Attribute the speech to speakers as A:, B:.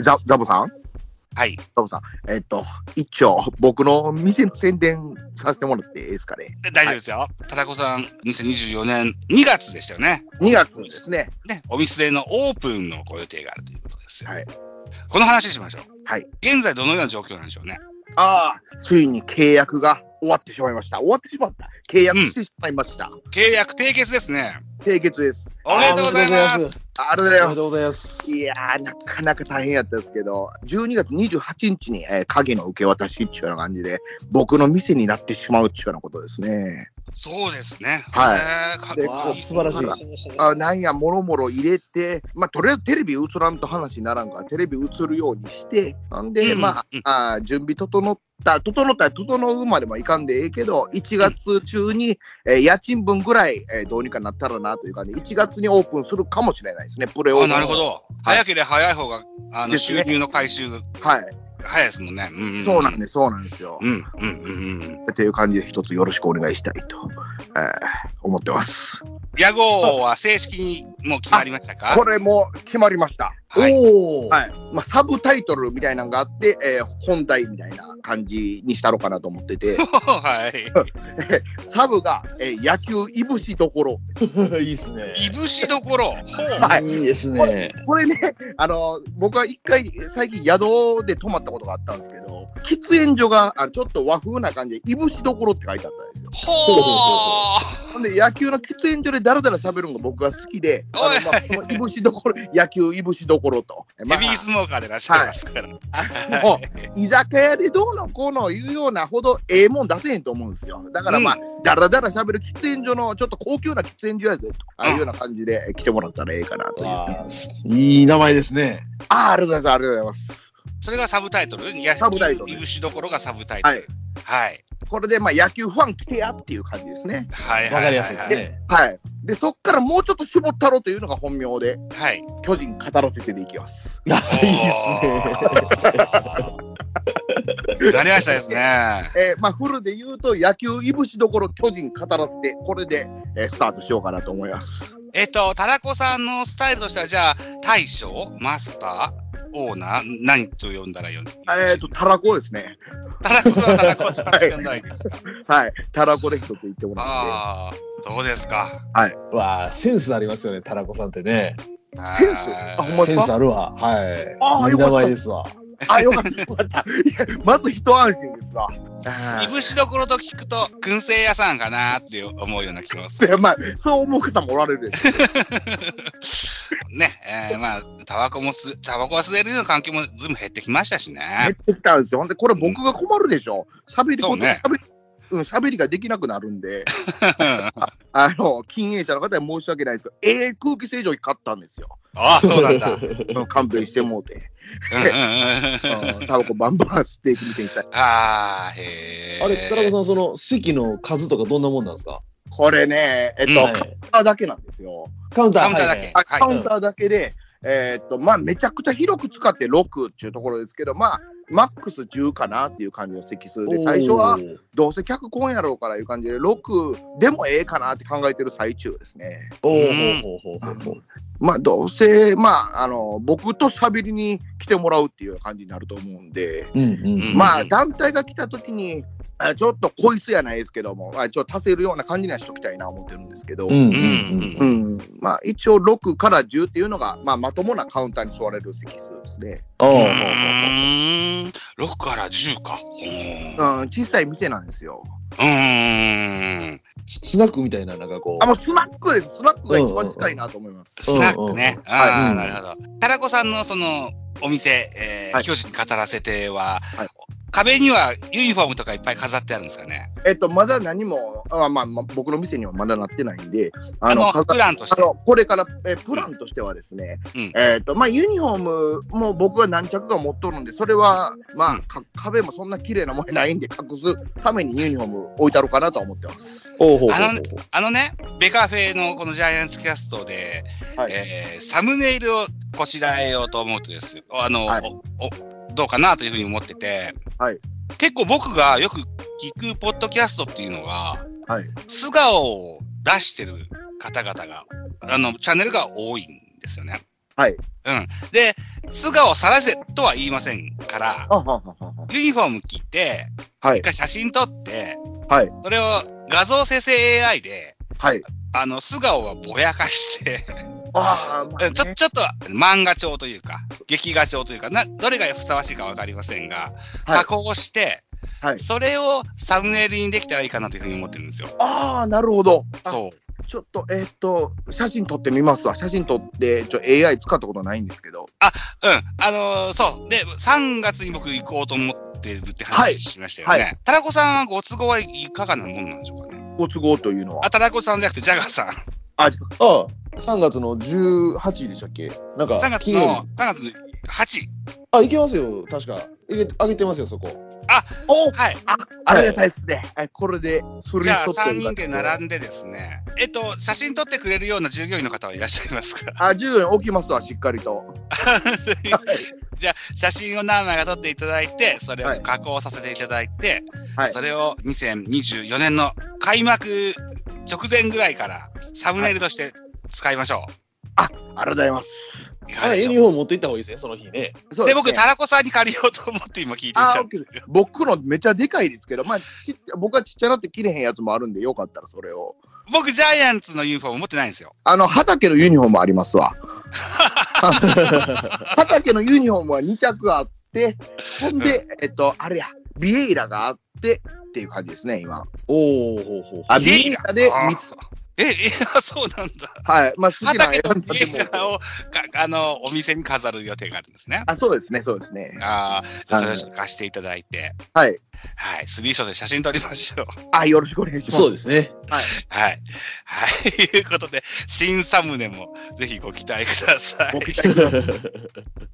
A: ザザボさん
B: はい。
A: ザボさん。えっと、一応、僕の店の宣伝させてもらっていいですかね。
B: で大丈夫ですよ。たらこさん、2024年2月でしたよね。
A: 2月ですね。
B: ね、お店でのオープンのご予定があるということですよ。
A: はい
B: この話しましょう。
A: はい
B: 現在どのような状況なんでしょうね。
A: ああ、ついに契約が終わってしまいました。終わってしまった。契約してしまいました。
B: 契約締結ですね。
A: 締結です。
B: おめでとうございます。
A: ありがと
C: あり
A: う
C: が
A: ご
C: とうご
A: ざ
C: ざ
A: い
C: い
A: ます。
C: ます。
A: いやー、なかなか大変やったんですけど、12月28日に、えー、影の受け渡しっていうような感じで、僕の店になってしまうっていうようなことですね。
B: そうですね。
A: はい
B: えーかっこい
A: で
B: い
A: こう
C: 素晴らしい
B: ほうほうほう
A: あなんや、もろもろ入れて、まあ、とりあえずテレビ映らんと話にならんから、テレビ映るようにして、なんで、
B: うん
A: まあ、あー準備整った、整ったら整うまでもいかんでええけど、1月中に、えー家賃分ぐらい、えーどうにかなったらなというかね、1月にオープンするかもしれないですね、プレオープ
B: あ
A: ン。
B: なるほ。ど。早ければ早い方が、あの、
A: ですね
B: 収入の回収が
A: はい、
B: 早いですもんね。うん、
A: そうなん
B: す。
A: です、そうなんですよ。
B: うん、うん、うんうん。
A: っていう感じで一つよろしくお願いしたいと、えー思ってます。
B: 屋号は正式にもう決まりましたか
A: これも決まりました。
B: はい
C: おお、
A: はい。まあ、サブタイトルみたいなのがあって、えー本題みたいな感じにしたのかなと思って て、
B: はい。
A: サブが、えー野球いぶしどころ。
C: いいですね。
B: いぶしどころ。ほう。
A: はい
C: いいですね。
A: これね、あの僕は一回、最近宿で泊まったことがあったんですけど、喫煙所があのちょっと和風な感じで、いぶしどころって書いてあったんですよ。
B: ほう。
A: ほんで、野球の喫煙所でだらだら喋るのが僕が好きで、
B: おい
A: あのまあこのいぶしどころ、野球いぶしどころと。ま
B: ヘ
A: あ
B: ビースモーカーでいらっしゃいますから。
A: もう居酒屋でどうのこうの言うようなほどええもん出せへんと思うんですよ。だからまあ、だらだらしゃべる喫煙所のちょっと高級な喫煙所やぜと、ああいうような感じで来てもらったらええかなという。あ
C: わあいい名前ですね。
A: あ、ありがとうございます。ありがとうございます。
B: それがサブタイトル。
A: サブタイトル
B: いぶしどころがサブタイトル。はい。
A: これでまあ野球ファン来てやっていう感じですね。
B: はい。
C: わかりやすいです
B: ね。
C: ね。
A: はい。で、そっからもうちょっと絞ったろうというのが本名で、
B: はい。
A: 巨人語らせてでいきます。
C: いやいいですね。
B: ね。なりましたですね。
A: えーまあフルで言うと野球いぶしどころ巨人語らせて、これで、えースタートしようかなと思います。
B: えっと、タラコさんのスタイルとしては、じゃあ、大将、マスター、オーナー、何と呼んだらよい
A: えっ、と、たらこですね。
B: タラコさん、タラコさんと呼んだらいいですか。
A: はい。たらこで一つ言ってもらって。
B: ああ、どうですか。
C: わあ、センスありますよね、タラコさんってね。
A: センス
B: はい
A: あほんま
C: センスあるわ。はい。
A: ああ
C: いい
A: よかった
C: 名前ですわ。
A: あ、よかった、よかった。いや、まず一安心ですわ。
B: いぶしどころと聞くと、燻製屋さんかなって思うような気がす
A: いやまあ、そう思う方もおられるでしょう
B: る。ね、えー、まあ、タバコもす、タバコは吸えるような環境もずいぶん減ってきましたし
A: 減
B: ね
A: っ。てきたんですよ。ほんで、これ僕が困るでしょ。喋り、
B: そ
A: こ
B: うね
A: 喋り、うん、喋りができなくなるんで、あの、禁煙者の方に申し訳ないですけど、ええ空気清浄機買ったんですよ。
B: ああ、そうなん だ。うんうんうん。
A: うん勘弁してもうて。うんタバコバンバン吸っていくみたいにしたい。
B: ああ、へえ。
C: あれ、タラコさん、その席の数とかどんなもんなんですか。
A: これね、えっと、
B: うん
A: カ
C: は
A: ウン
C: い。
A: ターだけなんですよ。
C: カウンター。
B: カウンターだけ
C: はいはい
A: あ
B: はい
A: カウンターだけで、えーっと、まあ、めちゃくちゃ広く使って6っていうところですけど、まあ、マックス10かなっていう感じの席数で、最初は
C: おー
A: どうせ客来んやろうからいう感じで、6でもええかなって考えてる最中ですね。
C: お
B: うん
C: ーほうほうほうほうほう
A: まあ、どうせ、まあ、あの、僕と喋りに来てもらうっていう感じになると思うんで、
C: うんうん
B: うん
A: まあ、団体が来た時に、あちょっとこいつやないですけども、まあ、ちょっと足せるような感じにはしときたいな思ってるんですけど、
C: うんう
B: うん
C: んう。
B: うんん。
A: うん、まあ一応6から10っていうのが、まあ、まともなカウンターに座れる席数ですね、
C: お
B: う
C: ー
B: ーん。6から10か。う
A: う、
B: ん。うん
A: 小さい店なんですよ
B: ーん。
C: スナックみたいな、なんかこう。
A: あもうスナックですスナックが一番近いなと思います、
B: スナックね。ああ、
C: うん
B: なるほど。タラコさんのそのお店、えー
A: はい
B: 巨人語らせては、
A: はい
B: 壁にはユニフォームとかいっぱい飾ってあるんですかね。
A: えっとまだ何もあ、まあまあ、僕の店にはまだなってないんで
B: あ
A: あ
B: の、
A: 飾
B: プランとし
A: あ
B: て。
A: のこれからえプランとしてはですね、
B: うん
A: えっとまあ、ユニフォームも僕は何着か持っとるんでそれは、まあ、か壁もそんな綺麗なもんやないんで隠すためにユニフォーム置いてあるかなとは思ってます。
C: おーほうほうほう
B: あのねあのね、ベカフェのこのジャイアンツキャストで、
A: はい
B: えーサムネイルをこしらえようと思うとですよあの、
A: はい
B: おおどうかなというふうに思ってて、
A: はい
B: 結構僕がよく聞くポッドキャストっていうのが、
A: はい
B: 素顔を出してる方々が、あの、チャンネルが多いんですよね。
A: はい
B: うん。で、素顔さらせとは言いませんから、
A: あはははは
B: ユニフォーム着て、
A: はい
B: 一回写真撮って、
A: はい
B: それを画像生成 AI で、
A: はい。
B: あの、素顔はぼやかして、
A: ああ、まあ
B: う
A: ね
B: ん ちょちょっと漫画調というか、劇画調というか、などれがふさわしいかわかりませんが、
A: はい
B: 加工して、
A: はい
B: それをサムネイルにできたらいいかなというふうに思ってるんですよ。
A: ああ、なるほど。う。
B: そう。
A: ちょっと、えーっと、写真撮ってみますわ。写真撮って、ちょ、AI 使ったことないんですけど。
B: うん、あのーそう。で、3月に僕行こうと思ってるって
A: はい
B: 話しましたよね。
A: は
B: タラコさんはご都合はいかがなもんなんでしょうかね。
A: ご都合というのは
B: あ、。タラコさんじゃなくて、ジャガーさん。
A: あ、じゃ
C: ああ、3月の18でしたっけなんか、
B: 3月
C: 金曜
B: の
C: 日、
B: 3月の8。
C: あ、いけますよ、確か。いけあげてますよ、そこ。
A: お
B: はい。
A: あ、ありがたいっすね。はい、これで、それ
B: じ
A: に
B: ゃあ
A: 沿って
B: 3人で並んでですね、えっと、写真撮ってくれるような従業員の方はいらっしゃいますか
A: あ、10円置きますわ、しっかりと。
B: じゃあ写真を何枚か撮っていただいて、それ
A: は
B: を
A: い
B: 加工させていただいて、
A: はい
B: それを2024年の開幕直前ぐらいからサムネイルとして使いましょ
A: ありがとうございます。
B: う。いか
C: あ
B: が
C: れ、
B: でし
C: ユ
B: ょう
C: ニフォーム持っていった方がいいですね、その日ね。
A: そう
B: で、
A: すね
B: 僕、タラコさんに借りようと思って今聞いて
A: あ
B: き
A: ー
B: た
A: オ
B: ん
A: ッケ
B: で
A: ーですす
B: よ。
A: 僕のめちゃでかいですけど、まあ、ちっちゃ僕はちっちゃなって切れへんやつもあるんで、よかったらそれを。
B: 僕、ジャイアンツのユニフォーム持ってないんですよ。
A: あの、畑のユニフォームあります わ。畑のユニフォームは2着あって、ほんで、えっと、あれや、ビエイラがあってっていう感じですね、今。
C: おおほうほう
A: あ、
B: ビ
A: ビ
B: エ
A: エ
B: イ
A: イ
B: ラ
A: ラで
B: あー
A: 三つ、
B: え、 え、あそうなんだ。
A: はい、まあ、好きなの選
B: 畑と
A: んだ
B: ビエ
A: で
B: イ
A: も。
B: ラをか あのお店に飾る予定があるんですね。
A: あ、そうですね、そうですね。
B: ああ、じゃあそ
A: は
B: れ
A: い
B: をちょっと貸していただいて、
A: はい。
B: はい、スリーショットで写真撮りましょう。
A: あ、よろしくお願いします。
C: そうですね。
B: はい。はい。 ということで、新サムネもぜひご期待ください。
A: ご期待ください。